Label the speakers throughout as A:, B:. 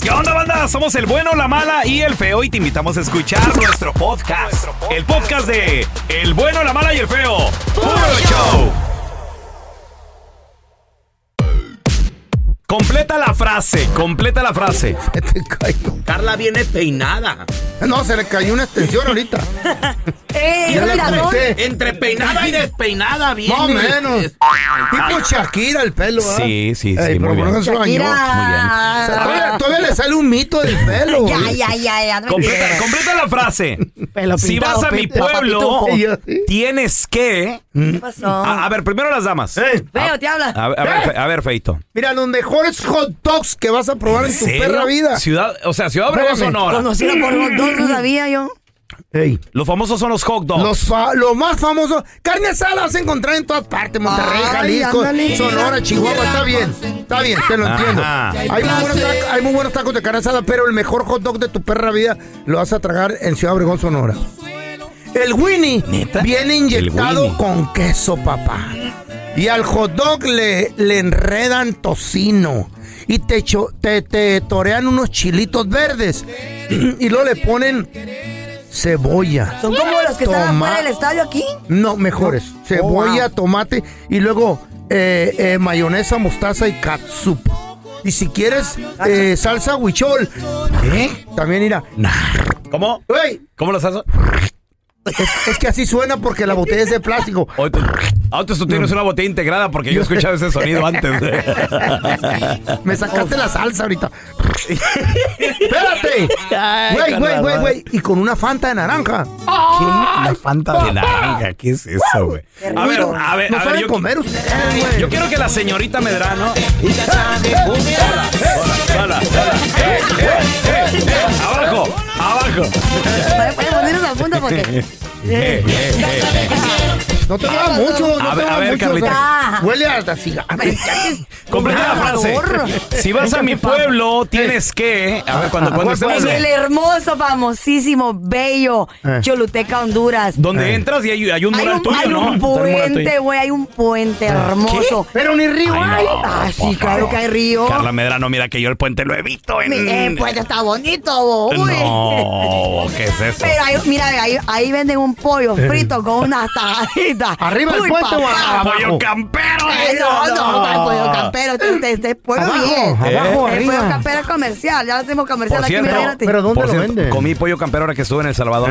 A: ¿Qué onda, banda? Somos el bueno, la mala y el feo y te invitamos a escuchar nuestro podcast. El podcast de El bueno, la mala y el feo. ¡Puro show! Completa la frase, completa la frase.
B: Carla viene peinada.
C: No, se le cayó una extensión ahorita.
D: ¡Ey,
C: Ya
D: un
C: la
D: mirador!
C: conté.
B: Entre peinada y despeinada viene.
C: Más o menos. Tipo Shakira el pelo, ¿verdad?
A: Sí, sí, sí,
C: Ey,
A: muy
C: pero por lo
A: bien.
C: menos se lo bañó. O sea,
D: Shakira.
C: todavía, todavía le sale un mito del pelo.
D: Ya, ya, ya, ya. no me
A: Completa,
D: quieras.
A: completa la frase.
D: Pelo
A: Si
D: pintado,
A: vas a mi
D: pintado,
A: pueblo,
D: papitufo.
C: Yo sí.
A: tienes que.
D: ¿Qué pasó?
A: A, a ver, primero las damas.
D: Feo, te habla.
A: A, ver- a ver, Fe- a ver, Feito.
C: Mira, los mejores hot dogs que vas a probar en tu
A: ¿Serio?
C: perra vida.
A: Ciudad, o sea, Ciudad Obregón,
C: Espérame.
A: Sonora.
D: Conocido por los dos, no sabía yo.
C: Ey.
A: Los famosos son los hot dogs.
C: Los fa- lo más famoso, carne asada vas a encontrar en todas partes, Monterrey,
D: Ay,
C: Jalisco,
D: ándale.
C: Sonora, Chihuahua, está bien, está bien, te lo
A: Ajá.
C: entiendo. Hay muy, buenos tacos, hay muy buenos tacos de carne asada, pero el mejor hot dog de tu perra vida lo vas a tragar en Ciudad Obregón, Sonora. El Winnie
A: ¿Neta?
C: viene
A: El Winnie.
C: inyectado con queso, papá. Y al hot dog le, le enredan tocino. Y te, cho- te, te torean unos chilitos verdes. y luego le ponen cebolla.
D: Son como los que estaban
C: Toma-
D: fuera del estadio aquí.
C: no, mejores. Cebolla,
D: Oh, wow.
C: tomate y luego eh, eh, mayonesa, mostaza y catsup. Y si quieres eh, salsa huichol, ¿eh? también irá.
A: ¿Cómo?
C: ¡Ey!
A: ¿Cómo los haces?
C: Es, es que así suena porque la botella es de plástico.
A: Hoy tú, antes tú tienes una botella integrada porque yo he escuchado ese sonido antes.
C: Me sacaste la salsa ahorita. ¡Espérate! Güey, güey, güey, güey. Y con una fanta de naranja.
A: La fanta de naranja. ¿Qué es eso, güey? A ver,
C: Güey, no-
A: a ver,
C: no
A: a ver.
C: saben
A: Yo,
C: comer ustedes, güey.
A: yo quiero que la señorita Medrano. Hola, hola. Eh, eh, eh, eh. Abajo, abajo.
D: Para para ponernos a punto porque.
A: Eh, eh, eh.
C: No te va mucho. No
A: A
C: te
A: ver,
C: va
A: a ver,
C: mucho,
A: Carlita.
C: o sea,
D: Ya.
C: Huele hasta cigarro.
A: Completa la frase.
D: Nadador.
A: Si vas a mi pueblo, tienes que. A ver, cuando cuando
C: Aguanta,
D: En el hermoso, famosísimo, bello
C: Eh.
D: Choluteca, Honduras.
A: Donde entras y hay, hay un
D: Hay
A: mural
D: un,
A: tuyo,
D: hay
A: ¿no?
D: un puente, güey, hay un puente hermoso.
C: Pero ni río hay.
A: Ay, no,
D: Ah,
A: por
D: sí, claro
A: favor.
D: que hay río.
A: Carla Medrano, mira que yo el puente lo he visto en.
D: Mi- eh, pues está bonito, bo, uy.
A: No, ¿qué es eso?
D: Pero ahí, mira, ahí, ahí venden un pollo frito con una tajadita.
C: ¿Arriba del
D: Uy,
C: puente o
D: papá.
C: abajo?
A: ¡Pollo campero!
D: Eh, No, no, no, el pollo campero, este, este, este pollo
C: Abajo,
D: bien.
C: abajo,
D: el
C: arriba.
D: pollo campero es comercial, ya lo tenemos comercial
A: Por
D: aquí,
A: cierto,
D: imagínate.
C: pero ¿dónde
A: Por
C: lo
A: cierto,
C: venden?
A: Comí pollo campero ahora que estuve en El Salvador.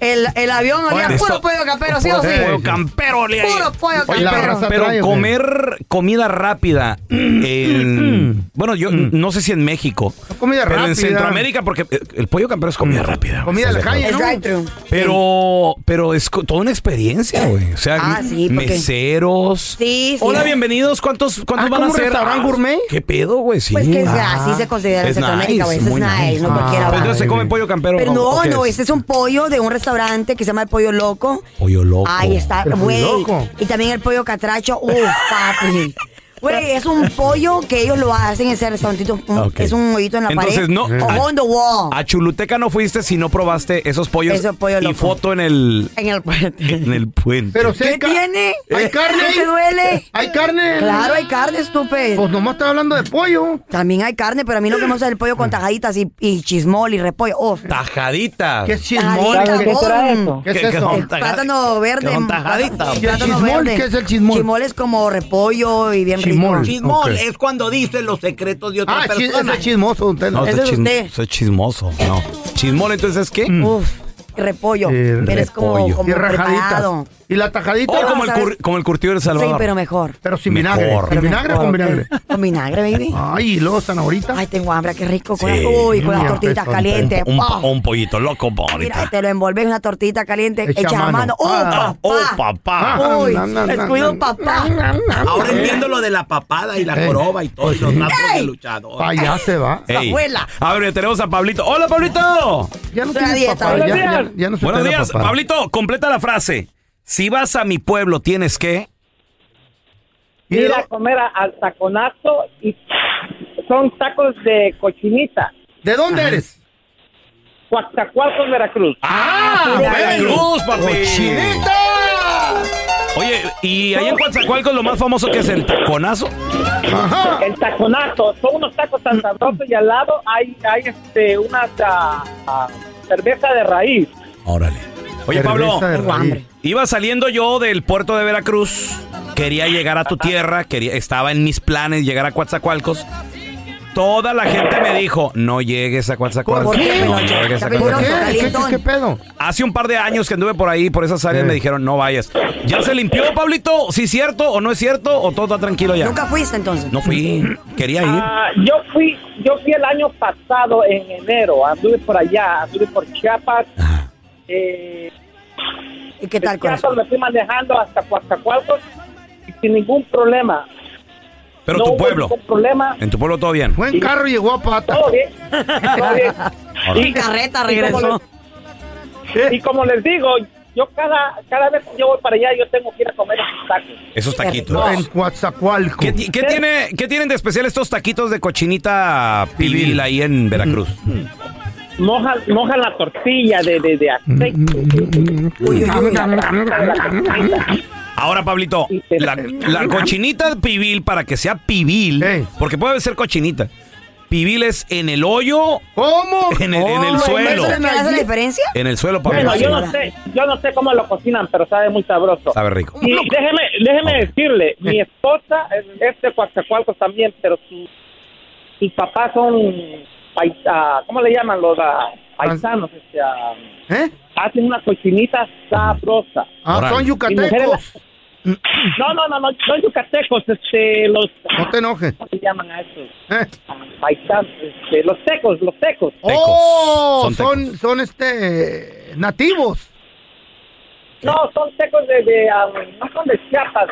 D: el, el avión olía
A: Oye,
D: puro
A: esto-
D: pollo campero, sí o sí.
A: Pollo campero, olía ahí.
D: Puro pollo
C: Oye, la
D: campero.
C: raza-
A: Pero
C: trae, ¿o qué?
A: comer comida rápida en- Bueno, yo no sé si en México.
C: No, Mm. comida
A: pero en
C: rápida. Mm.
A: Centroamérica, porque eh, el pollo campero es comida rápida.
C: Comida de la
A: ¿estás
C: calle,
D: El
C: ¿no?
D: drive-thru.
A: Pero, pero es co- toda una experiencia, güey. O sea,
D: Ah, sí, porque-
A: meseros.
D: Sí, sí.
A: Hola, bienvenidos. ¿Cuántos, cuántos
C: Ah,
A: van a
C: ¿como un
A: ser?
C: restaurante gourmet?
A: ¿Qué pedo, güey? Sí.
D: Pues que es-
A: Ah.
D: así se considera en
A: Es
D: Centroamérica, güey.
A: nice,
D: eso es
A: muy
D: nice,
A: nice.
D: no
C: Ah.
D: cualquiera
A: Pues
D: va.
A: entonces se come pollo campero.
D: Pero
A: ¿o
D: no,
A: qué
D: no,
A: es?
D: este es un pollo de un restaurante que se llama el Pollo Loco.
A: Pollo loco.
D: Ahí está,
C: El pollo
D: güey.
C: loco.
D: Y también el pollo catracho. Uf, papi. Güey, es un pollo que ellos lo hacen en ese restaurantito. un-
A: Ok.
D: Es un hoyito en la
A: Entonces,
D: pared.
A: no-
D: O on the wall.
A: A Chuluteca no fuiste si no probaste esos pollos
D: Esos pollos
A: y
D: locos.
A: foto en el,
D: En el puente.
A: en el puente.
C: Pero si
D: ¿Qué
C: hay ca-
D: tiene?
A: Eh,
C: Hay carne.
D: ¿No
C: ahí.
D: te duele?
C: Hay carne.
D: Claro, hay carne, estúpido.
C: Pues nomás estaba hablando de pollo.
D: También hay carne, pero a mí lo que me gusta es el pollo con tajaditas y, y chismol y repollo. Uf.
A: Tajadita.
C: ¿Qué es chismol?
D: Tajadita,
E: ¿Qué será
D: con-
E: eso?
C: ¿Qué es
A: ¿Qué- qué
C: eso?
A: onda?
D: El plátano verde.
A: Con tajadita,
D: plátano
C: ¿Y el chismol?
D: verde.
C: ¿Qué es el chismol?
D: Chismol es como repollo y bien
C: Chismol.
D: rico.
B: Chismol
C: Ok.
B: es cuando dicen los secretos de otra
C: Ah, chi- ese
B: persona.
C: es chismoso. Usted.
A: No,
D: Ese
A: eso
D: es
A: chism-
D: usted. Mm.
A: eso es chismoso. No. Chismol, entonces, ¿qué?
D: Uf, repollo.
C: El
D: pero es como,
A: repollo.
D: como
C: y rajaditas.
D: preparado.
C: Y la tajadita.
A: Oh, como, el
D: ¿sabes?
A: cur- como el curtido del
D: Sí,
A: Salvador.
D: pero mejor.
C: Pero sin
A: Mejor.
C: vinagre.
A: Pero
C: ¿Sin vinagre o
D: Mejor,
C: con
D: ok.
C: vinagre? Ah.
D: Con vinagre, baby.
C: Ay, y luego zanahorita.
D: Ay, tengo hambre, qué rico. Con
A: Sí.
D: la- uy, con las
C: Mm,
D: tortitas
C: apestante.
D: calientes.
A: un,
D: Oh,
A: un pollito loco, pa,
D: mira, este
A: ahorita.
D: te lo envolves en una tortita caliente
C: Hecha
D: hecha,
C: a
D: a mano.
C: mano.
D: ¡Oh,
C: Ah,
D: papá!
A: Oh, papá.
C: Ah,
D: Uy,
C: na, na, na,
D: descuido,
C: na,
D: papá.
B: Ahora entiendo lo de la papada y la
C: Eh.
B: joroba y todo, y los nazos de luchador.
C: Pa, ya se va.
A: Ey.
D: abuela.
A: A ver, tenemos a Pablito. ¡Hola, Pablito!
C: Ya no
D: Otra
C: tiene
D: dieta.
C: papá. Ya,
E: Buenos
C: ya,
E: días.
C: ya no se
A: Buenos
C: pega
A: días,
C: papá.
A: Pablito. Completa la frase. Si vas a mi pueblo, tienes que.
C: Y
E: Ir
C: luego-
E: a comer a- al taconazo y son tacos de cochinita.
C: ¿De dónde
E: eh,
C: eres?
E: Coatzacoalcos, Veracruz.
A: ¡Ah!
D: puro
A: Veracruz, papi!
C: ¡Cochinita!
A: Oye, ¿y ahí en Coatzacoalcos lo más famoso que es el taconazo?
E: eh, El taconazo, son unos tacos tan sabrosos y al lado hay, hay este, una ah, ah, cerveza de raíz.
A: Órale. Oye,
C: Cerveza
A: Pablo,
C: de raíz.
D: hambre.
A: iba saliendo yo del puerto de Veracruz, quería llegar a tu tierra, quería, estaba en mis planes llegar a Coatzacoalcos. Toda la gente me dijo, no llegues a Coatzacoalcos,
D: ¿Por qué?
A: no llegues a
D: ¿Por
C: ¿Por qué?
A: Coatzacoalcos.
C: ¿Qué, qué, qué pedo?
A: Hace un par de años que anduve por ahí, por esas áreas,
C: Eh.
A: me dijeron, no vayas. ¿Ya se limpió, Pablito? ¿Sí es cierto o no es cierto? ¿O todo está tranquilo ya?
D: Nunca fuiste entonces.
A: No fui, quería ir.
E: Ah, yo fui yo fui el año pasado en enero, anduve por allá, anduve por Chiapas. Eh,
D: ¿Y qué
E: de
D: tal,
E: Chiapas
D: corazón?
E: me fui manejando hasta Coatzacoalcos y sin ningún problema.
A: Pero
E: No
D: Ah,
A: tu
E: hubo
A: pueblo,
D: pues,
E: ningún problema,
A: en tu pueblo todo bien.
C: Buen carro llegó a pata.
E: todo bien. todo bien.
A: Órale.
E: Y-
D: Carreta
E: y como
D: regresó.
E: les- Y como les digo, yo cada cada vez que yo voy para allá, yo tengo que ir a comer esos tacos.
A: Esos taquitos.
D: No.
C: En Coatzacoalco.
A: ¿Qué, ti- qué tiene, ¿Qué tienen de especial estos taquitos de cochinita pibil ahí en Veracruz?
E: Mojan, mojan la tortilla de, de, de aceite.
A: Ahora, Pablito, la, la cochinita pibil, para que sea pibil,
C: Ey.
A: porque puede ser cochinita, pibil es en el hoyo,
C: ¿Cómo?
A: en el, en el
C: Oh,
A: suelo.
D: ¿Eso es lo que hace la diferencia?
A: En el suelo, Pablo.
E: Bueno, yo no sé, yo no sé cómo lo cocinan, pero sabe muy sabroso.
A: Sabe rico.
E: Y déjeme, déjeme
A: Ok.
E: decirle, mi esposa es, es de Coatzacoalcos también, pero su- sus papás son, pais- ah, ¿cómo le llaman los ah, paisanos? Este, ah,
C: ¿Eh?
E: hacen una cochinita sabrosa.
C: Ah,
A: Órale.
C: son
E: Mi mujer
C: yucatecos.
E: No, no, no, no, no yucatecos, este, los,
C: No te enojes.
E: ¿cómo le llaman a esos?
C: ¿Eh?
E: Ah, Paisanos, este, los secos, los secos.
C: Oh,
A: Son
C: son, son, este nativos.
E: No, son secos de, de, ah, no son de Chiapas,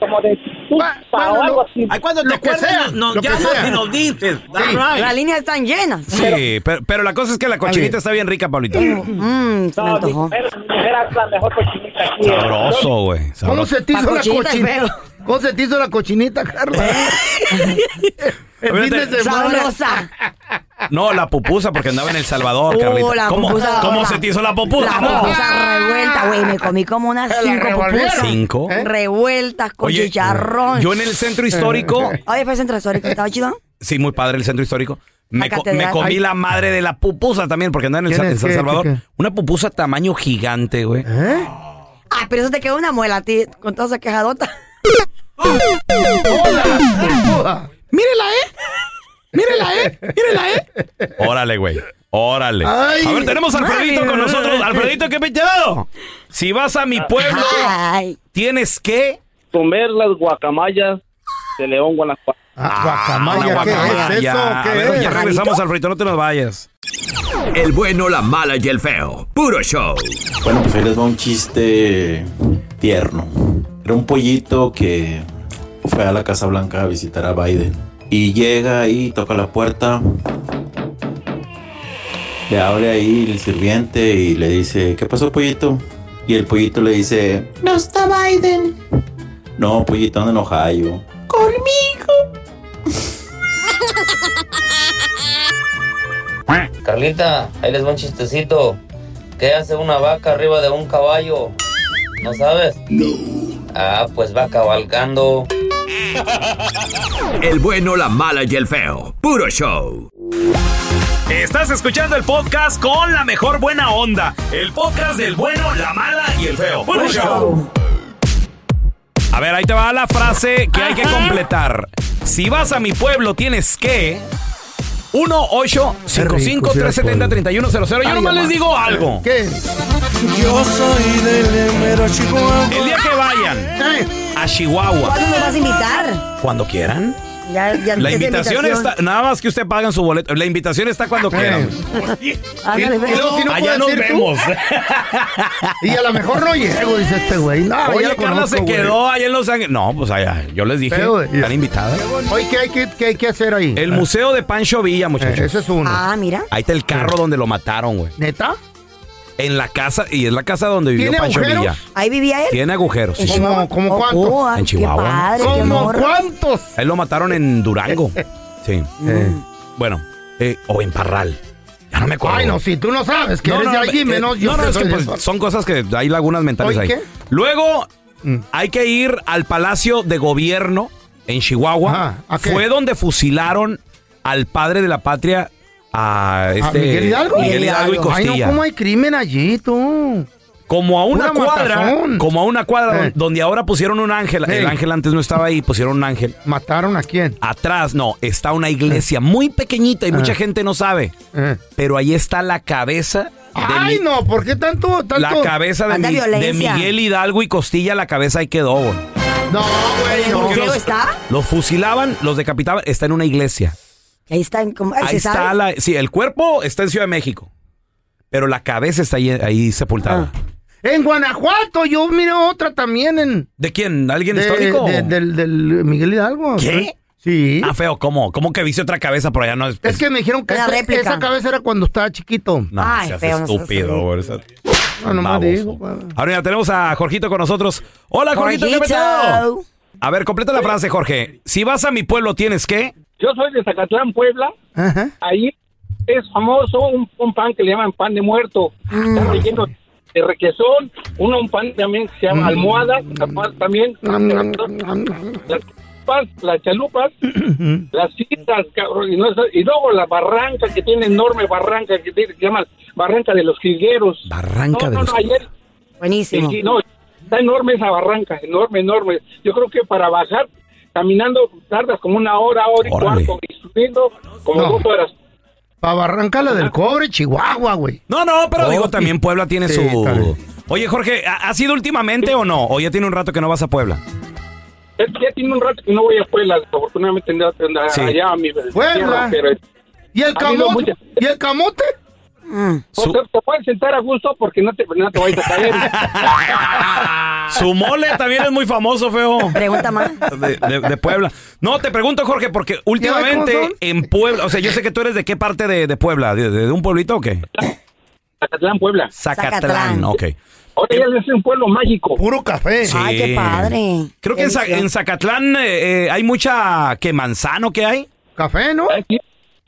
E: como de
C: Bueno,
E: Tuxpa o
C: bueno,
E: algo
C: lo-
E: así.
B: Ay, cuando te
C: Lo que sea,
B: acuerdas, nos
C: lo que
B: llamas
C: sea.
B: y nos dices. that's
C: Sí.
B: right.
D: Las líneas están llenas.
A: Sí, pero, pero la cosa es que la cochinita está bien rica, Pablito.
D: Mmm, se me
E: No, mi
D: antojó.
E: mujer, mi mujer hace la mejor cochinita aquí. ¿eh?
A: Sabroso, güey.
C: ¿Cómo
A: sabroso.
C: se te hizo
D: Pa'
C: la
D: cochinita y
C: cochinita? ¿Cómo se te hizo la cochinita, Carla? El fin de
A: Espérate.
C: semana.
D: Sabrosa.
A: No, la pupusa, porque andaba en El Salvador,
D: Oh,
A: Carlita.
D: la
A: ¿Cómo,
D: pupusa.
A: ¿Cómo se te hizo la
D: La
A: pupusa? No.
D: pupusa revuelta, güey. Me comí como unas
C: Se la
D: cinco
C: revolvieron.
D: pupusas.
A: Cinco.
C: ¿Eh?
D: Revueltas con
A: Oye,
D: chicharrón.
A: Yo en el centro histórico,
D: Oye, fue centro histórico, ¿estaba chido?
A: sí, muy padre el centro histórico. Me,
D: La
A: co-
D: catedral.
A: me comí
D: Ay.
A: la madre de la pupusa también, porque andaba en, el Sa-
C: ¿Quién es?
A: en San
C: ¿Qué-
A: Salvador.
C: qué- qué?
A: Una pupusa tamaño gigante, güey.
C: ¿Eh?
D: Ah, pero eso te quedó una muela a ti, con toda esa quejadota.
C: Hola.
A: Mírela, ¿eh? Mírela, ¿eh? Mírela, ¿eh? Órale, güey. Órale.
C: Ay.
A: a ver, tenemos a Alfredito con nosotros. Alfredito, ¿qué peteado? Si vas a mi
D: Ah.
A: pueblo,
D: Ay.
A: tienes que...
E: Comer las guacamayas de León, Guanajuato.
C: Ah,
A: Una
C: guacamaya, ¿qué es
A: guacamaya.
C: eso? ¿Qué
A: A ver,
C: es?
A: ya regresamos, Alfredito, no te nos vayas.
F: El bueno, la mala y el feo. Puro show.
G: Bueno, pues ahí les va un chiste tierno. Era un pollito que fue a la Casa Blanca a visitar a Biden. Y llega ahí, toca la puerta. Le abre ahí el sirviente y le dice, ¿qué pasó pollito? Y el pollito le dice, no está Biden. No, pollito, anda en Ohio. Conmigo.
H: Carlita, ahí les va un chistecito. ¿Qué hace una vaca arriba de un caballo? ¿No sabes? No. Ah, pues va cabalgando.
F: El bueno, la mala y el feo. Puro show.
A: Estás escuchando el podcast con la mejor buena onda. El podcast del bueno, la mala y el feo. Bueno, show. A ver, ahí te va la frase que hay que completar. Si vas a mi pueblo, tienes que. 1 8 5 5 3 70 31 0 0 Yo nomás les digo algo.
C: ¿Qué?
A: El día que vayan
C: ¿Eh?
A: a Chihuahua,
D: ¿Cuándo nos vas a invitar?
A: cuando quieran.
D: Ya, ya
A: La
D: esa
A: invitación está. Nada más que usted pague en su boleto. La invitación está cuando quieran.
D: Ándale, Ah, ve.
C: Y luego si no
A: Allá
C: puedes
A: nos
C: ir tú,
A: vemos.
C: Y a lo mejor no llego, dice este güey. No, ya
A: Oye,
C: lo
A: Carla
C: conozco,
A: se
C: güey.
A: quedó allá en Los Ángeles. No, pues allá, yo les dije,
C: Sí, güey.
A: están invitadas.
C: Oye, ¿qué hay que, qué hay que hacer ahí?
A: El Museo de Pancho Villa,
C: Eh,
A: muchachos.
C: ese es uno.
D: Ah, mira.
A: Ahí está el carro donde lo mataron, güey.
C: ¿Neta?
A: En la casa, y es la casa donde vivió
C: ¿Tiene
A: Pancho
C: agujeros?
A: Villa.
D: Ahí vivía él.
A: Tiene agujeros, sí.
C: ¿Cómo- cómo cuánto?
D: ah,
A: En Chihuahua.
D: Qué padre, qué
C: ¿Cómo
D: morro.
C: cuántos?
A: Ahí lo mataron en Durango. Sí.
C: Eh.
A: Bueno, eh, o en Parral. Ya no me acuerdo.
C: Ay, no, si tú no sabes que eres de allí,
A: eh,
C: menos yo.
A: no, no,
C: que
A: es que
C: soy de
A: pues,
C: esos.
A: son cosas que hay lagunas mentales
C: Oye,
A: ahí.
C: ¿qué? Mm.
A: Luego, Hay que ir al Palacio de Gobierno en Chihuahua.
C: Ajá, ¿a qué?
A: Fue donde fusilaron al padre de la patria, a,
C: ¿A
A: este,
C: Ah, Miguel Hidalgo?
A: Miguel Hidalgo y
C: Ay, no,
A: Costilla.
C: ¿cómo hay crimen allí, tú?
A: Como a una,
C: Una
A: cuadra,
C: matazón.
A: como a una cuadra don-
C: Eh.
A: donde ahora pusieron un ángel.
C: Ey.
A: El ángel antes no estaba ahí, pusieron un ángel.
C: ¿Mataron a quién?
A: Atrás, no, está una iglesia muy pequeñita y mucha gente no sabe.
C: Eh.
A: Pero ahí está la cabeza de,
C: Ay,
A: Mi-
C: no, ¿por qué tanto? tanto?
A: la cabeza de,
D: Tanta
A: Mi- de
D: violencia.
A: Miguel Hidalgo y Costilla, la cabeza ahí quedó. güey.
C: No, güey,
D: ¿El
C: no.
A: Porque
D: museo
A: los-
D: está?
A: Los fusilaban, los decapitaban, está en una iglesia.
D: Ahí están como... ay,
A: Ahí
D: ¿Se
A: está
D: sabe?
A: la. Sí, el cuerpo está en Ciudad de México. Pero la cabeza está ahí, ahí sepultada.
C: Ah. En Guanajuato, yo miré otra también en...
A: ¿De quién? ¿Alguien
C: de-
A: histórico?
C: de- del, del Miguel Hidalgo.
A: ¿Qué?
C: Sí.
A: Ah, feo, ¿cómo? ¿Cómo que viste otra cabeza por allá? No, es,
C: Es que me dijeron que
D: Era
C: ese-
D: réplica.
C: esa cabeza era cuando estaba chiquito.
A: no,
D: Ay,
A: seas
D: feo, no seas
A: estúpido.
D: ridículo.
A: güey, seas
C: No, Ah, nomás
A: baboso.
C: digo. pa.
A: Ahora ya tenemos a Jorgito con nosotros. Hola, Jorgito, ¿qué
D: Jorgito.
A: pasó? A ver, completa la frase, Jorge. Si vas a mi pueblo, ¿tienes qué?
E: Yo soy de Zacatlán, Puebla.
C: Ajá.
E: Ahí es famoso un, un pan que le llaman pan de muerto.
A: Ah,
E: Está relleno de requesón. Uno, un pan también que se
A: Mm.
E: llama almohada. capaz También.
C: Nom, nom, nom, nom.
E: las chalupas, las chalupas, las citas, cabrón, y, no es- y luego la barranca que tiene, enorme barranca que tiene, que se llama Barranca de los Jilgueros.
A: Barranca
E: no,
A: de
E: no,
A: los
E: no, ayer,
D: Buenísimo.
E: el- no, está enorme esa barranca, enorme, enorme. Yo creo que para bajar, caminando, tardas como una hora, hora y
A: Órale.
E: cuarto, y subiendo como
C: No.
E: dos horas.
C: Pa' Barranca la del cobre, Chihuahua, güey.
A: No, no, pero
C: Oh,
A: digo,
C: sí.
A: también Puebla tiene
C: Sí, está
A: su.
C: bien.
A: Oye, Jorge, ¿ha, ha sido últimamente o no? ¿O ya tiene un rato que no vas a Puebla?
E: Es que ya tiene un rato que no voy a Puebla, afortunadamente no tengo
A: Sí.
E: allá a mi
C: Puebla.
E: pero
C: ¿Y el
E: Ha habido
C: camote?
E: muchas-
C: ¿Y el camote?
D: Mm.
E: o sea, te puedes sentar a gusto porque no te, no te vais a caer.
A: Su mole también es muy famoso, feo.
D: Pregunta más.
A: De, de- de Puebla. No, te pregunto, Jorge, porque
C: cómo
A: últimamente
C: son?
A: en Puebla, o sea, yo sé que tú eres de qué parte de, de Puebla, ¿De, de- de un pueblito o qué?
E: Zacatlán, Puebla.
A: Zacatlán,
D: Zacatlán. Pues,
A: ok.
E: Ahora ya es un pueblo mágico.
C: Puro café.
A: Sí.
D: Ay, qué padre.
A: Creo que en, Za-
D: Delicioso.
A: en Zacatlán eh, eh, hay mucha, que manzano que hay.
C: Café, ¿no?
E: Aquí,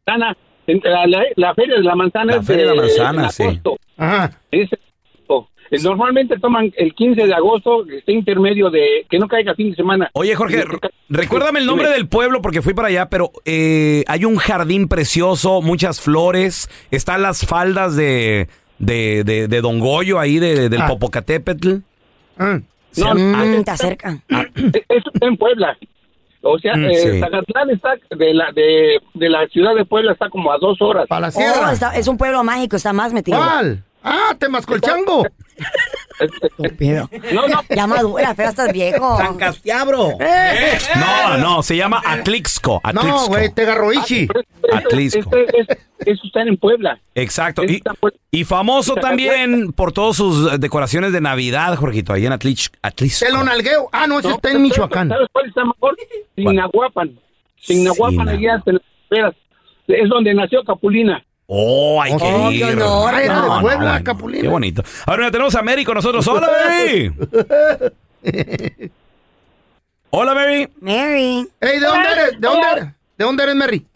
E: manzana, en- la, la- la feria de la manzana
A: La
E: es
A: feria de la manzana,
E: en
A: sí.
E: agosto.
C: Ajá.
E: Es en agosto. Eh, Normalmente toman el 15 de agosto, que esté intermedio de que no caiga fin de semana.
A: Oye, Jorge,
E: Dime.
A: r- recuérdame el nombre
E: Dime.
A: del pueblo porque fui para allá, pero eh, hay un jardín precioso, muchas flores, están las faldas de, de, de- de Don Goyo ahí, de- del
C: Ah.
A: Popocatépetl.
C: Ah.
E: No,
D: Mm, te acerca.
E: es, es en Puebla. O sea,
A: Mm,
E: eh,
A: sí.
E: Zacatlán está de la, de, de la ciudad de Puebla, está como a dos horas.
C: Para la
D: Oh,
C: sierra.
D: está- es un pueblo mágico, está más metido.
C: ¿Cuál? Ah, Temascolchango.
D: Estúpido.
E: No, no,
D: Ya madura, feo, estás viejo.
B: San Castiabro.
A: No, no, se llama Atlixco.
C: Eh, No,
A: Atlixco.
C: güey,
E: Ah,
C: Tegarroichi.
A: Atlisco.
E: este- este- eso está en Puebla.
A: Exacto.
E: Ese
A: Y,
E: está fuerte.
A: y famoso
E: Esa
A: también por todas sus eh, decoraciones de Navidad, Jorgito, ahí en Atlich, Atlisco.
C: El onalgueo. Ah, no, ese
E: No,
C: está en
E: ¿sabes-
C: Michoacán.
E: ¿Sabes cuál está mejor? Sinahuapan. Sinahuapan, allá
A: Sinahuapan.
E: hasta las Peras. Es donde nació Capulina.
A: Oh, hay
C: Oh,
A: que
C: qué
A: ir.
C: honor, era de Puebla,
A: bueno,
C: Capulina.
A: Qué bonito. Ahora ya tenemos a Mary con nosotros. ¡Hola, Mary! Hola, Mary.
D: Mary.
C: Ey, ¿de dónde eres? ¿De dónde eres? ¿De dónde eres, Mary?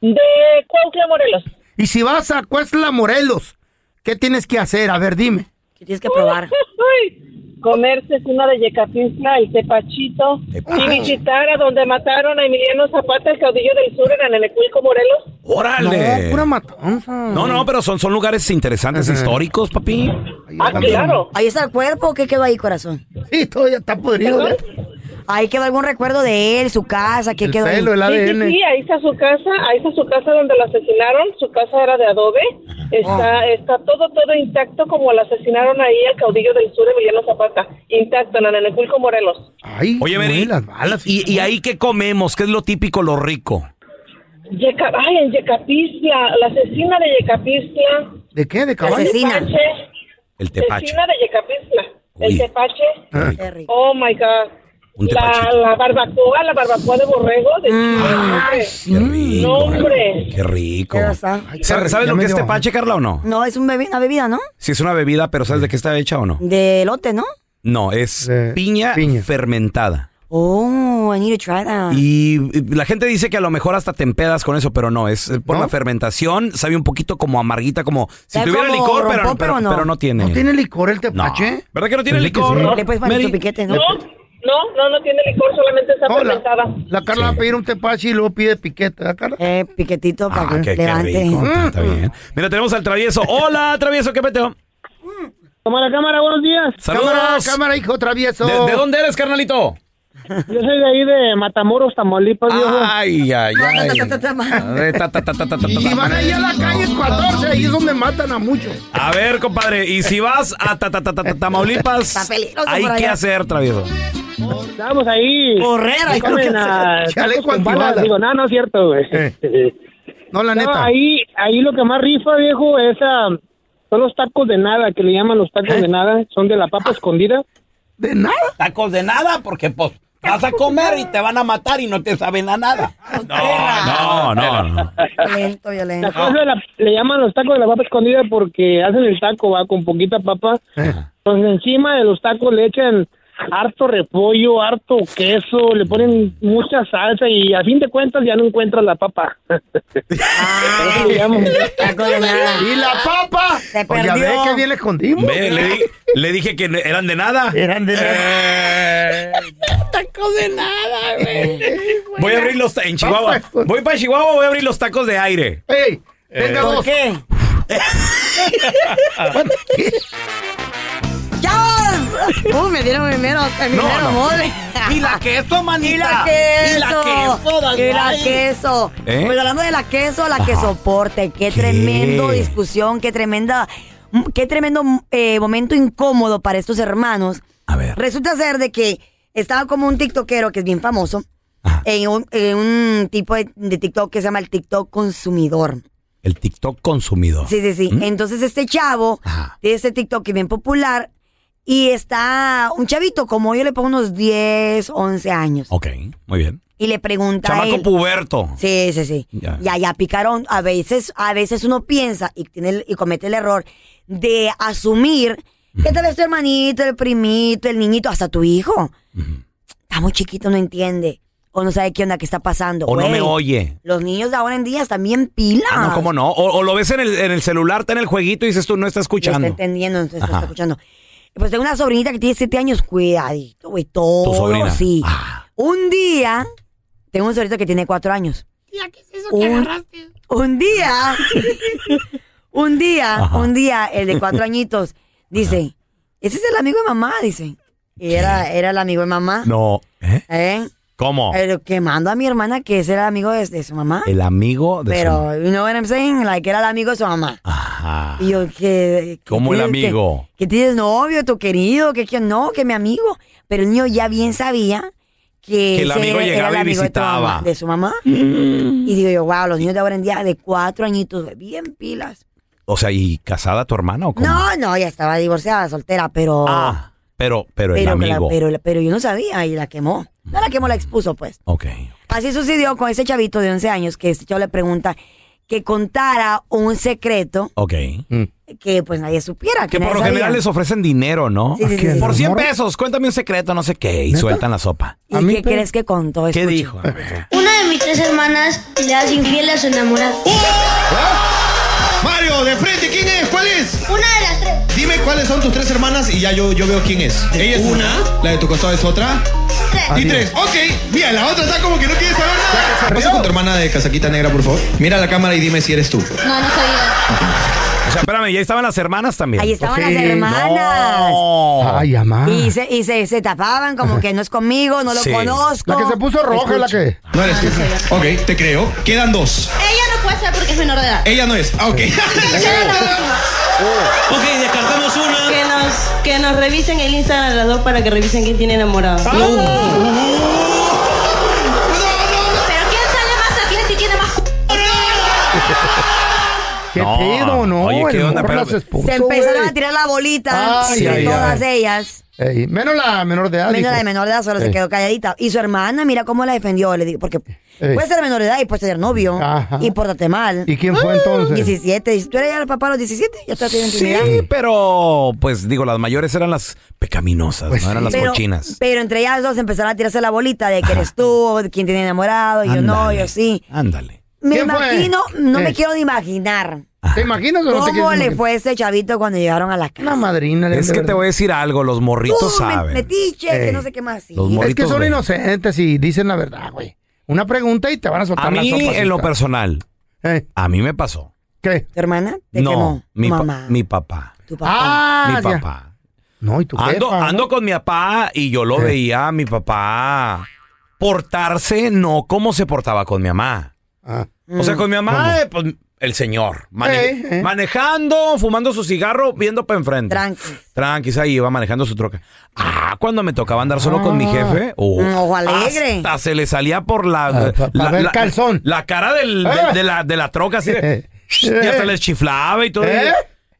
I: De Cuautla, Morelos.
C: Y si vas a Cuesla Morelos, ¿qué tienes que hacer? A ver, dime.
D: ¿Qué tienes que probar?
I: Uy, Comerse es una de Yecapistla, el tepachito. Y visitar a donde mataron a Emiliano Zapata, el caudillo del sur, en Anenecuilco, Morelos.
A: Órale.
C: No, pura matanza.
A: no, no, pero son, son lugares interesantes,
C: Ajá.
A: históricos, papi.
C: Ahí
I: Ah,
C: está.
I: claro.
D: Ahí está el cuerpo, ¿qué quedó ahí, corazón?
C: Sí, todo ya está podrido. ¿eh?
D: Ahí quedó algún recuerdo de él, su casa, ¿qué
C: El
D: quedó
C: pelo,
D: ahí?
C: el
I: Sí, sí,
C: ADN.
I: sí, ahí está su casa, ahí está su casa donde lo asesinaron, su casa era de adobe, está, está todo, todo intacto como lo asesinaron ahí al caudillo del sur, Emiliano Zapata, intacto en Anenecuilco, Morelos.
C: Ay,
A: Oye,
C: güey,
A: Mary.
C: las balas.
A: y, y ahí qué comemos? ¿Qué es lo típico, lo rico?
I: Yeca- ay, en Yecapistla, la asesina de Yecapistla.
C: ¿De qué? ¿De
I: el
C: caballo?
D: Asesina.
I: tepache,
A: El tepache.
I: Asesina de Yecapistla,
A: Uy.
I: el tepache.
A: Qué rico.
D: Qué rico.
I: Oh my God.
A: Un Mm.
I: La,
A: tepachito.
I: la barbacoa, la barbacoa de borrego. De
A: Qué rico.
I: No, hombre.
A: Qué rico.
D: Ya está.
A: Ay, ¿Sabes sabes lo que es tepache, Carla, o no?
D: No, es un bebi- una bebida, ¿no?
A: Si es una bebida, pero ¿sabes de qué está hecha o no?
D: De elote, ¿no?
A: No, es
C: De
A: piña,
C: Eh, piña.
A: fermentada.
D: Oh, I need to try that.
A: Y eh, la gente dice que a lo mejor hasta te empedas con eso, pero no, es eh, por la fermentación, sabe un poquito como amarguita, como si
D: Sabe
A: tuviera
D: como
A: licor, pero,
D: rompó,
A: pero,
D: pero no.
A: pero no tiene.
C: ¿No tiene licor el tepache?
A: ¿Verdad que no tiene
C: Pues es que
A: licor?
C: sí.
D: Le puedes poner
A: Mary-
D: tu piquete, ¿no?
I: No, no, no, no tiene licor, solamente está
C: No, la,
I: fermentada.
C: la Carla va a pedir un tepache y luego pide piquete, ¿verdad, Carla?
D: Eh, piquetito para
A: Ah,
D: que
A: qué, qué
D: levante. Mm.
A: rico. Está bien. Mira, tenemos al travieso. Hola, travieso, ¿qué peteo?
E: Toma la cámara, buenos días.
C: Cámara,
A: Saludos.
C: cámara, hijo travieso.
A: ¿De, de dónde eres, carnalito?
E: Yo soy de ahí de Matamoros, Tamaulipas,
A: Ay, ay, ay.
D: Ta, ta, ta, ta, ta.
A: Eh, ta, ta, ta, ta, ta, ta,
C: Y
A: ta.
C: van ahí a la calle 14, ahí es donde matan a muchos.
A: A ver, compadre, y si vas a ta- ta- ta- ta-
D: Está
A: Tamaulipas,
D: peligroso
A: hay
D: por allá.
A: que hacer, travieso.
E: Estamos ahí.
D: Correr, ahí creo que
E: Comen a-
C: Chaleco
E: con
C: antibalas.
E: balas. Digo, no, no es cierto, güey.
C: No, la
E: No,
C: Eh, neta.
E: ahí, ahí lo que más rifa, viejo, es, ah, son los tacos de nada, que le llaman los tacos de nada. Son de la papa escondida.
C: De nada.
B: Tacos de nada, porque pues vas a comer y te van a matar y no te saben a nada.
D: Ah.
A: No, no, no.
D: Violento, violento.
E: La cosa de la- le llaman los tacos de la papa escondida porque hacen el taco, va, con poquita papa. Entonces encima de los tacos le echan harto repollo, harto queso, le ponen mucha salsa y a fin de cuentas ya no encuentras la papa. Eso le llaman.
D: Taco de nada.
C: Y la papa.
D: Se
C: Oye,
D: perdió.
C: ve que bien le escondimos.
A: Ve, le, di- le dije que no- eran de nada. Eh.
C: Eran de
E: Eh.
C: nada.
A: Voy a abrir los ta- en Chihuahua.
D: pues.
A: Voy para Chihuahua, voy a abrir los tacos de aire.
C: Ey,
E: Eh.
C: venga
D: ¿Por
C: vos.
D: qué? ¡Chavos! Uh, me dieron primero, el primero mole.
B: Y la queso, manita.
D: Y la queso.
B: Y la queso, Daniel.
D: Y la queso.
A: ¿Eh?
D: Pues hablando de la queso, la que soporte. Qué, tremendo discusión, qué tremenda, qué tremendo eh, momento incómodo para estos hermanos.
A: A ver.
D: Resulta ser de que estaba como un tiktokero que es bien famoso. En un, en un tipo de, de TikTok que se llama el TikTok consumidor.
A: El TikTok consumidor.
D: Sí, sí, sí. Entonces este chavo
A: ¿Mm? Ajá.
D: de este TikTok que es bien popular y está un chavito, como yo le pongo unos 10, 11 años.
A: Ok, muy bien.
D: Y le pregunta a
A: Oh. Chamaco
D: él.
A: puberto.
D: Sí, sí, sí.
A: Ya.
D: Y allá picaron. A veces, a veces uno piensa y, tiene, el- y comete el error de asumir que tal vez tu hermanito, el primito, el niñito, hasta tu hijo. Está muy chiquito, no entiende. O no sabe qué onda, qué está pasando.
A: O no me
D: Güey,
A: oye.
D: Los niños de ahora en día están bien pilas.
A: Ah, no, ¿cómo no? O, o lo ves en el, en el celular, está en el jueguito y dices tú, no está
D: Lo está
A: escuchando.
D: entendiendo, entonces lo está
A: Ajá.
D: escuchando. Pues tengo una sobrinita que tiene siete años, cuidadito, güey, todo.
A: sobrina.
D: Sí.
A: Ah.
D: Un día, tengo un sobrino que tiene cuatro años. un, un día, un día,
A: Ajá.
D: un día, el de cuatro añitos, dice, ese es el amigo de mamá, dice. Y era, era el amigo de mamá.
A: No. ¿Eh?
D: ¿Eh?
A: ¿Cómo?
D: Pero quemando a mi hermana que ese era el amigo de, de su mamá.
A: El amigo Eh, de su-
D: Pero, you know what I'm saying? Like, era el amigo de su mamá.
A: Ajá.
D: Y yo, que. que
A: ¿Cómo el
D: tienes- que-
A: amigo?
D: Que, tienes novio, tu querido, que, que no, que mi amigo. Pero el niño ya bien sabía que,
A: Que el
D: ese
A: amigo
D: era,
A: llegaba
D: era el
A: y
D: amigo de tu
A: visitaba.
D: mamá- De, su mamá. Y digo yo, wow, los niños de ahora en día de cuatro añitos, güey, bien pilas.
A: O sea, ¿y casada tu hermana o cómo?
D: No, no, ya estaba divorciada, soltera, pero.
A: Ah, pero, pero, el
D: pero, que la-
A: amigo.
D: pero, pero yo no sabía y la quemó. No la quemó, la expuso, pues.
A: Ok.
D: Así sucedió con ese chavito de 11 años que este chavo le pregunta que contara un secreto
A: Ok.
D: que pues nadie supiera.
A: Que
D: nadie
A: por lo
D: sabía.
A: general les ofrecen dinero, ¿no?
D: Sí, sí, sí, sí.
A: Por 100
C: Amor.
A: pesos, cuéntame un secreto, no sé qué, y sueltan la sopa.
D: ¿Y
C: A mí,
D: qué
C: pero-
D: crees que contó?
A: ¿Qué
D: Escucha.
A: dijo?
J: Una de mis tres hermanas le hace infiel a su enamorado.
K: Mario, de frente, ¿quién es? ¿Cuál es?
J: Una de las tres.
K: Dime cuáles son tus tres hermanas y ya yo, yo veo quién es. Ella es una, la de tu costado es otra. Y tres, ok, mira, la otra está como que no quiere saber nada. Pasa con tu hermana de casaquita negra, por favor. Mira la cámara y dime si eres tú.
J: No, no soy yo.
A: O sea, espérame, ya estaban las hermanas también. Oh.
D: Ahí estaban
C: Pues Sí, Ah.
D: las hermanas.
A: No.
C: Ay, amá.
D: Y, se, y se, se tapaban como que no es conmigo, no lo
A: Sí.
D: conozco.
C: La que se puso roja es la que.
K: No eres tú. Ok, te creo. Quedan dos.
J: Ella no puede ser porque es menor de edad.
K: Ella no es. Ah, ok.
B: Ok, descartamos una.
J: Que nos, que nos revisen el Instagram a las dos para que revisen quién tiene enamorado. Pero quién sale más a quién si tiene más.
C: ¿Qué
A: No,
C: pedo, no?
A: oye, ¿qué
C: El
A: onda?
C: morro
A: Pero-
C: las expulsó,
D: Se empezaron
C: güey.
D: a tirar la bolita
C: Ay,
D: entre
C: ay,
D: todas
C: ay.
D: ellas.
C: Ey, menos la menor de edad.
D: Menos la
C: dijo.
D: de menor de edad solo se
C: Ey.
D: quedó calladita. Y su hermana, mira cómo la defendió. Le digo, porque
C: Ey.
D: puede ser menor de edad y puede ser novio. Y pórtate mal.
C: ¿Y quién fue entonces?
D: 17. ¿Tú eres ya el papá a los 17? Ya estás teniendo
A: Sí,
D: intimidad.
A: pero pues digo, las mayores eran las pecaminosas,
B: Pues
A: no eran las
D: pero,
A: cochinas.
D: Pero entre ellas dos empezaron a tirarse la bolita de que eres tú, de quién tiene enamorado, yo no,
A: Ándale.
D: yo sí.
A: Ándale.
D: Me
C: ¿Quién fue?
D: imagino, no
C: Eh.
D: me quiero ni imaginar.
C: ¿Te imaginas o no te
D: ¿Cómo
C: quieres
D: le
C: imaginar?
D: fue a ese chavito cuando llegaron a la casa?
C: Una madrina. le
A: Es
C: han de
A: que
C: ver-
A: te voy a decir algo, los morritos
D: Tú, me-
A: saben.
D: metiche, que
C: Ey.
D: no sé qué más. sí.
A: Los morritos,
C: Es que son
A: güey.
C: inocentes y dicen la verdad, güey. Una pregunta y te van a soltar
A: A
C: la
A: mí,
C: sopa,
A: en lo
C: sí,
A: personal, a mí me pasó.
C: Eh, ¿Qué?
D: ¿Tu hermana? Te
A: no,
D: quemó.
A: mi,
D: tu
A: pa-
D: mamá.
A: mi papá.
D: Tu papá.
C: Ah,
A: mi
C: ya.
A: papá.
C: No, y tu
A: Ando,
C: jefa, ¿no?
A: ando con mi papá y yo lo veía a mi papá portarse no como se portaba con mi mamá.
C: Ah.
A: O sea, con mi mamá, eh, pues el señor. mane-
C: Eh, eh.
A: Manejando, fumando su cigarro, viendo para enfrente.
D: Tranqui.
A: Tranquis, ahí iba manejando su troca. Ah, cuando me tocaba andar solo con
C: Ah.
A: mi jefe. oh,
D: Mm, ojo alegre.
A: Hasta se le salía por la.
C: Ah, pa- pa
A: la-
C: ver
A: la-
C: calzón.
A: La cara del, de,
C: Eh.
A: de la, de la troca, así de-
C: Eh.
A: Ya se les chiflaba y todo.
C: ¿Eh?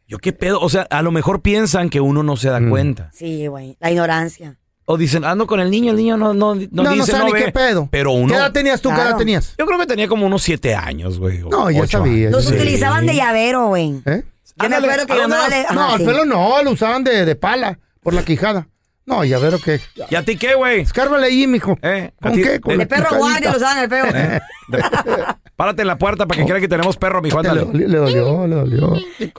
A: Yo qué pedo. O sea, a lo mejor piensan que uno no se
C: Mm.
A: da cuenta.
D: Sí, güey. La ignorancia.
A: O dicen, ando con el niño, el niño no, no, no,
C: No, no
A: dice,
C: sabe ni
A: ve.
C: qué pedo.
A: Pero uno.
C: ¿Qué edad tenías tú? ¿Qué
D: Claro.
C: edad tenías?
A: Yo creo que tenía como unos siete años, güey. o
C: No, ya
A: ocho
C: sabía,
A: años.
D: Los
C: Sí.
D: utilizaban de llavero, güey.
C: ¿Eh?
D: Yo me
A: Ándale,
D: acuerdo que
A: ¿a
D: mi
A: dónde
D: mamá le...
A: vas?
D: ajá,
C: No, al
D: Ah, sí.
C: pelo no, lo usaban de, de pala por la quijada. No, ya veo que.
A: ¿Y a ti qué, güey?
C: Escárbale ahí, mijo.
A: ¿Eh? ¿A
C: ¿Con
A: ti?
C: qué? Con
A: De
C: la
D: El perro
C: picadita.
D: guardia lo usaban el perro.
C: ¿Eh?
A: Párate en la puerta para que crea que tenemos perro, mi Juan.
C: Le
A: dale.
C: dolió, le dolió, le dolió. Le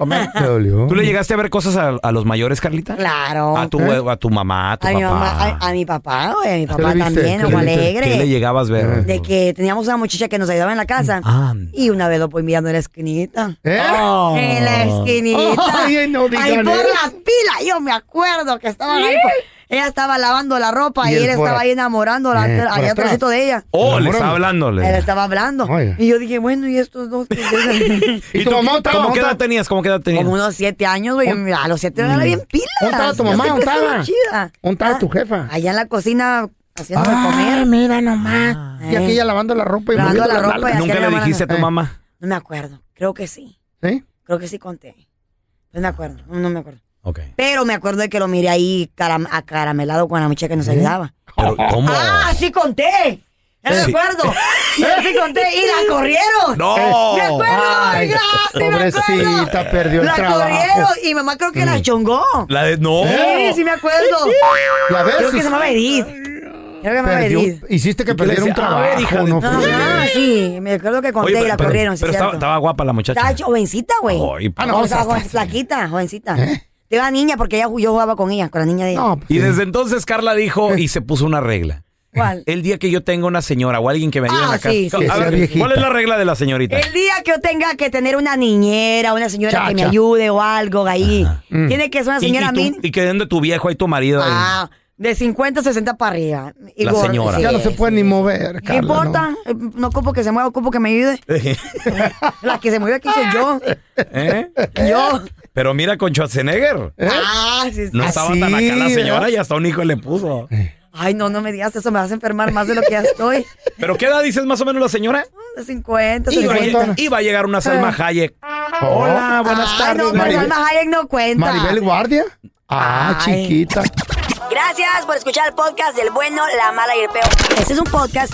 C: dolió. ¿Eh?
A: ¿Tú le llegaste a ver cosas a, a los mayores, Carlita?
D: Claro.
A: A tu, a tu mamá, a tu
D: A
A: papá.
D: mi mamá, a, a mi papá, güey, a mi
C: le
D: papá
C: viste?
D: también,
C: ¿Qué
D: ojo
C: le viste?
D: alegre.
A: ¿Qué le llegabas a ver?
D: de que teníamos una muchacha que nos ayudaba en la casa.
A: Anda.
D: Y una vez lo voy mirando en la esquinita.
C: Ah, ¿Eh?
A: Oh.
D: En la esquinita.
C: Ay, no digan
D: ahí por
C: eso.
D: la pila. Yo me acuerdo que estaban ahí. por- ella estaba lavando la ropa
C: Y
D: y,
C: él
D: él
C: por
D: estaba
C: a-
D: ahí enamorándola.
C: Eh, por
D: había
C: atrás.
D: trocito de ella.
A: Oh, le
C: Enamorado.
A: estaba hablándole.
D: Él estaba hablando.
C: Oiga.
D: Y yo dije, bueno, ¿y estos dos? qué es?
C: ¿Y tu
A: tú
C: mamá
A: qué- ¿Cómo
C: estaba- mamá
A: qué edad
C: estaba-
A: tenías? ¿Cómo qué edad tenías?
D: Como unos siete años, güey. Yo, mira, A los siete años era bien pila.
C: ¿Dónde Oh. Mm. estaba tu mamá? ¿Dónde estaba?
D: Chida.
C: ¿Dónde estaba
D: Ah,
C: tu jefa?
D: Allá en la cocina haciéndome
C: Ah,
D: comer.
C: mira nomás. Ah. Y
D: Eh.
C: aquella lavando la ropa y
D: Lavando
C: moviendo
D: la
C: las
D: ropa
C: nalgas.
D: y aquella
A: Nunca le
D: llamada-
A: dijiste a tu
C: Eh.
A: mamá.
D: No me acuerdo. Creo que sí.
C: ¿Sí?
D: Creo que sí conté. No me acuerdo. No, no me acuerdo.
A: Ok.
D: Pero me acuerdo de que lo miré ahí caram- acaramelado con la muchacha que nos ayudaba.
A: Pero, ¿cómo?
D: ¡Ah, sí conté! Ya me
A: Sí.
D: acuerdo. Ya sí conté. Y la corrieron.
A: ¡No!
D: ¡Me acuerdo!
C: Ay,
D: oiga, sí me acuerdo.
C: pobrecita, perdió el
D: la corrieron.
C: trabajo. Oh.
D: Y mamá creo que la chongó.
A: Mm. La de... ¡No!
D: Sí, sí me acuerdo.
C: ¿La
D: Creo
C: ves?
D: que se llamaba Edith. Creo que se llamaba
C: Perdió-
D: Edith.
C: hiciste que
A: ¿Y qué le
C: perdiera un
A: decía? A ver, hija
C: trabajo,
A: de
C: no
A: tu-
D: No,
C: Pues,
D: no, sí. Me acuerdo que conté
A: Oye,
D: y la
A: pero,
D: corrieron. sí,
A: pero estaba,
D: cierto.
A: estaba guapa la muchacha.
D: Estaba jovencita, güey.
A: Ay, ¿Eh?
C: Ah, no,
D: no,
C: o sea,
D: estaba joven-
C: sí.
D: flaquita, jovencita. Te iba niña porque ella, yo jugaba con ella, con la niña de ella.
C: No, pues,
A: Y
C: sí.
A: desde entonces Carla dijo y se puso una regla.
D: ¿Cuál?
A: El día que yo tenga una señora o alguien que me ayude en
D: Ah,
A: la casa.
D: sí, sí,
C: sí.
A: a ver,
C: Viejita.
A: ¿cuál es la regla de la señorita?
D: El día que yo tenga que tener una niñera, una señora
C: Chacha.
D: que me ayude o algo ahí. Mm. Tiene que ser una
A: Mm. Y-
D: señora
A: y, tú-
D: min-
A: y que den de tu viejo y tu marido. ahí.
D: Ah, de 50 60 para arriba. Y
A: La
D: gorda,
A: señora.
C: ya no se
D: sí,
C: puede
D: sí.
C: ni mover,
D: ¿Qué
C: Carla, ¿no?
D: importa? Eh, No. ocupo que se mueva, ocupo que me ayude. la que se mueve aquí soy yo.
A: ¿Eh?
D: Yo.
A: Pero mira con Schwarzenegger.
D: Ah, sí, sí.
A: ¿Eh? No estaba tan
C: Así,
A: acá la señora
C: ¿verdad?
A: y hasta un hijo le puso.
D: Ay, no, no me digas eso, me vas a enfermar más de lo que ya estoy.
A: ¿Pero qué edad dices más o menos la señora?
D: De 50,
A: Iba a,
D: 60.
A: lle- iba a llegar una Salma Hayek. Hola, buenas
D: Ay,
A: tardes.
D: no, pero
A: Maribel.
D: Salma Hayek no cuenta.
C: Maribel Guardia. Ah,
D: Ay.
C: chiquita.
D: Gracias por escuchar el podcast del bueno, la mala y el peor. Este es un podcast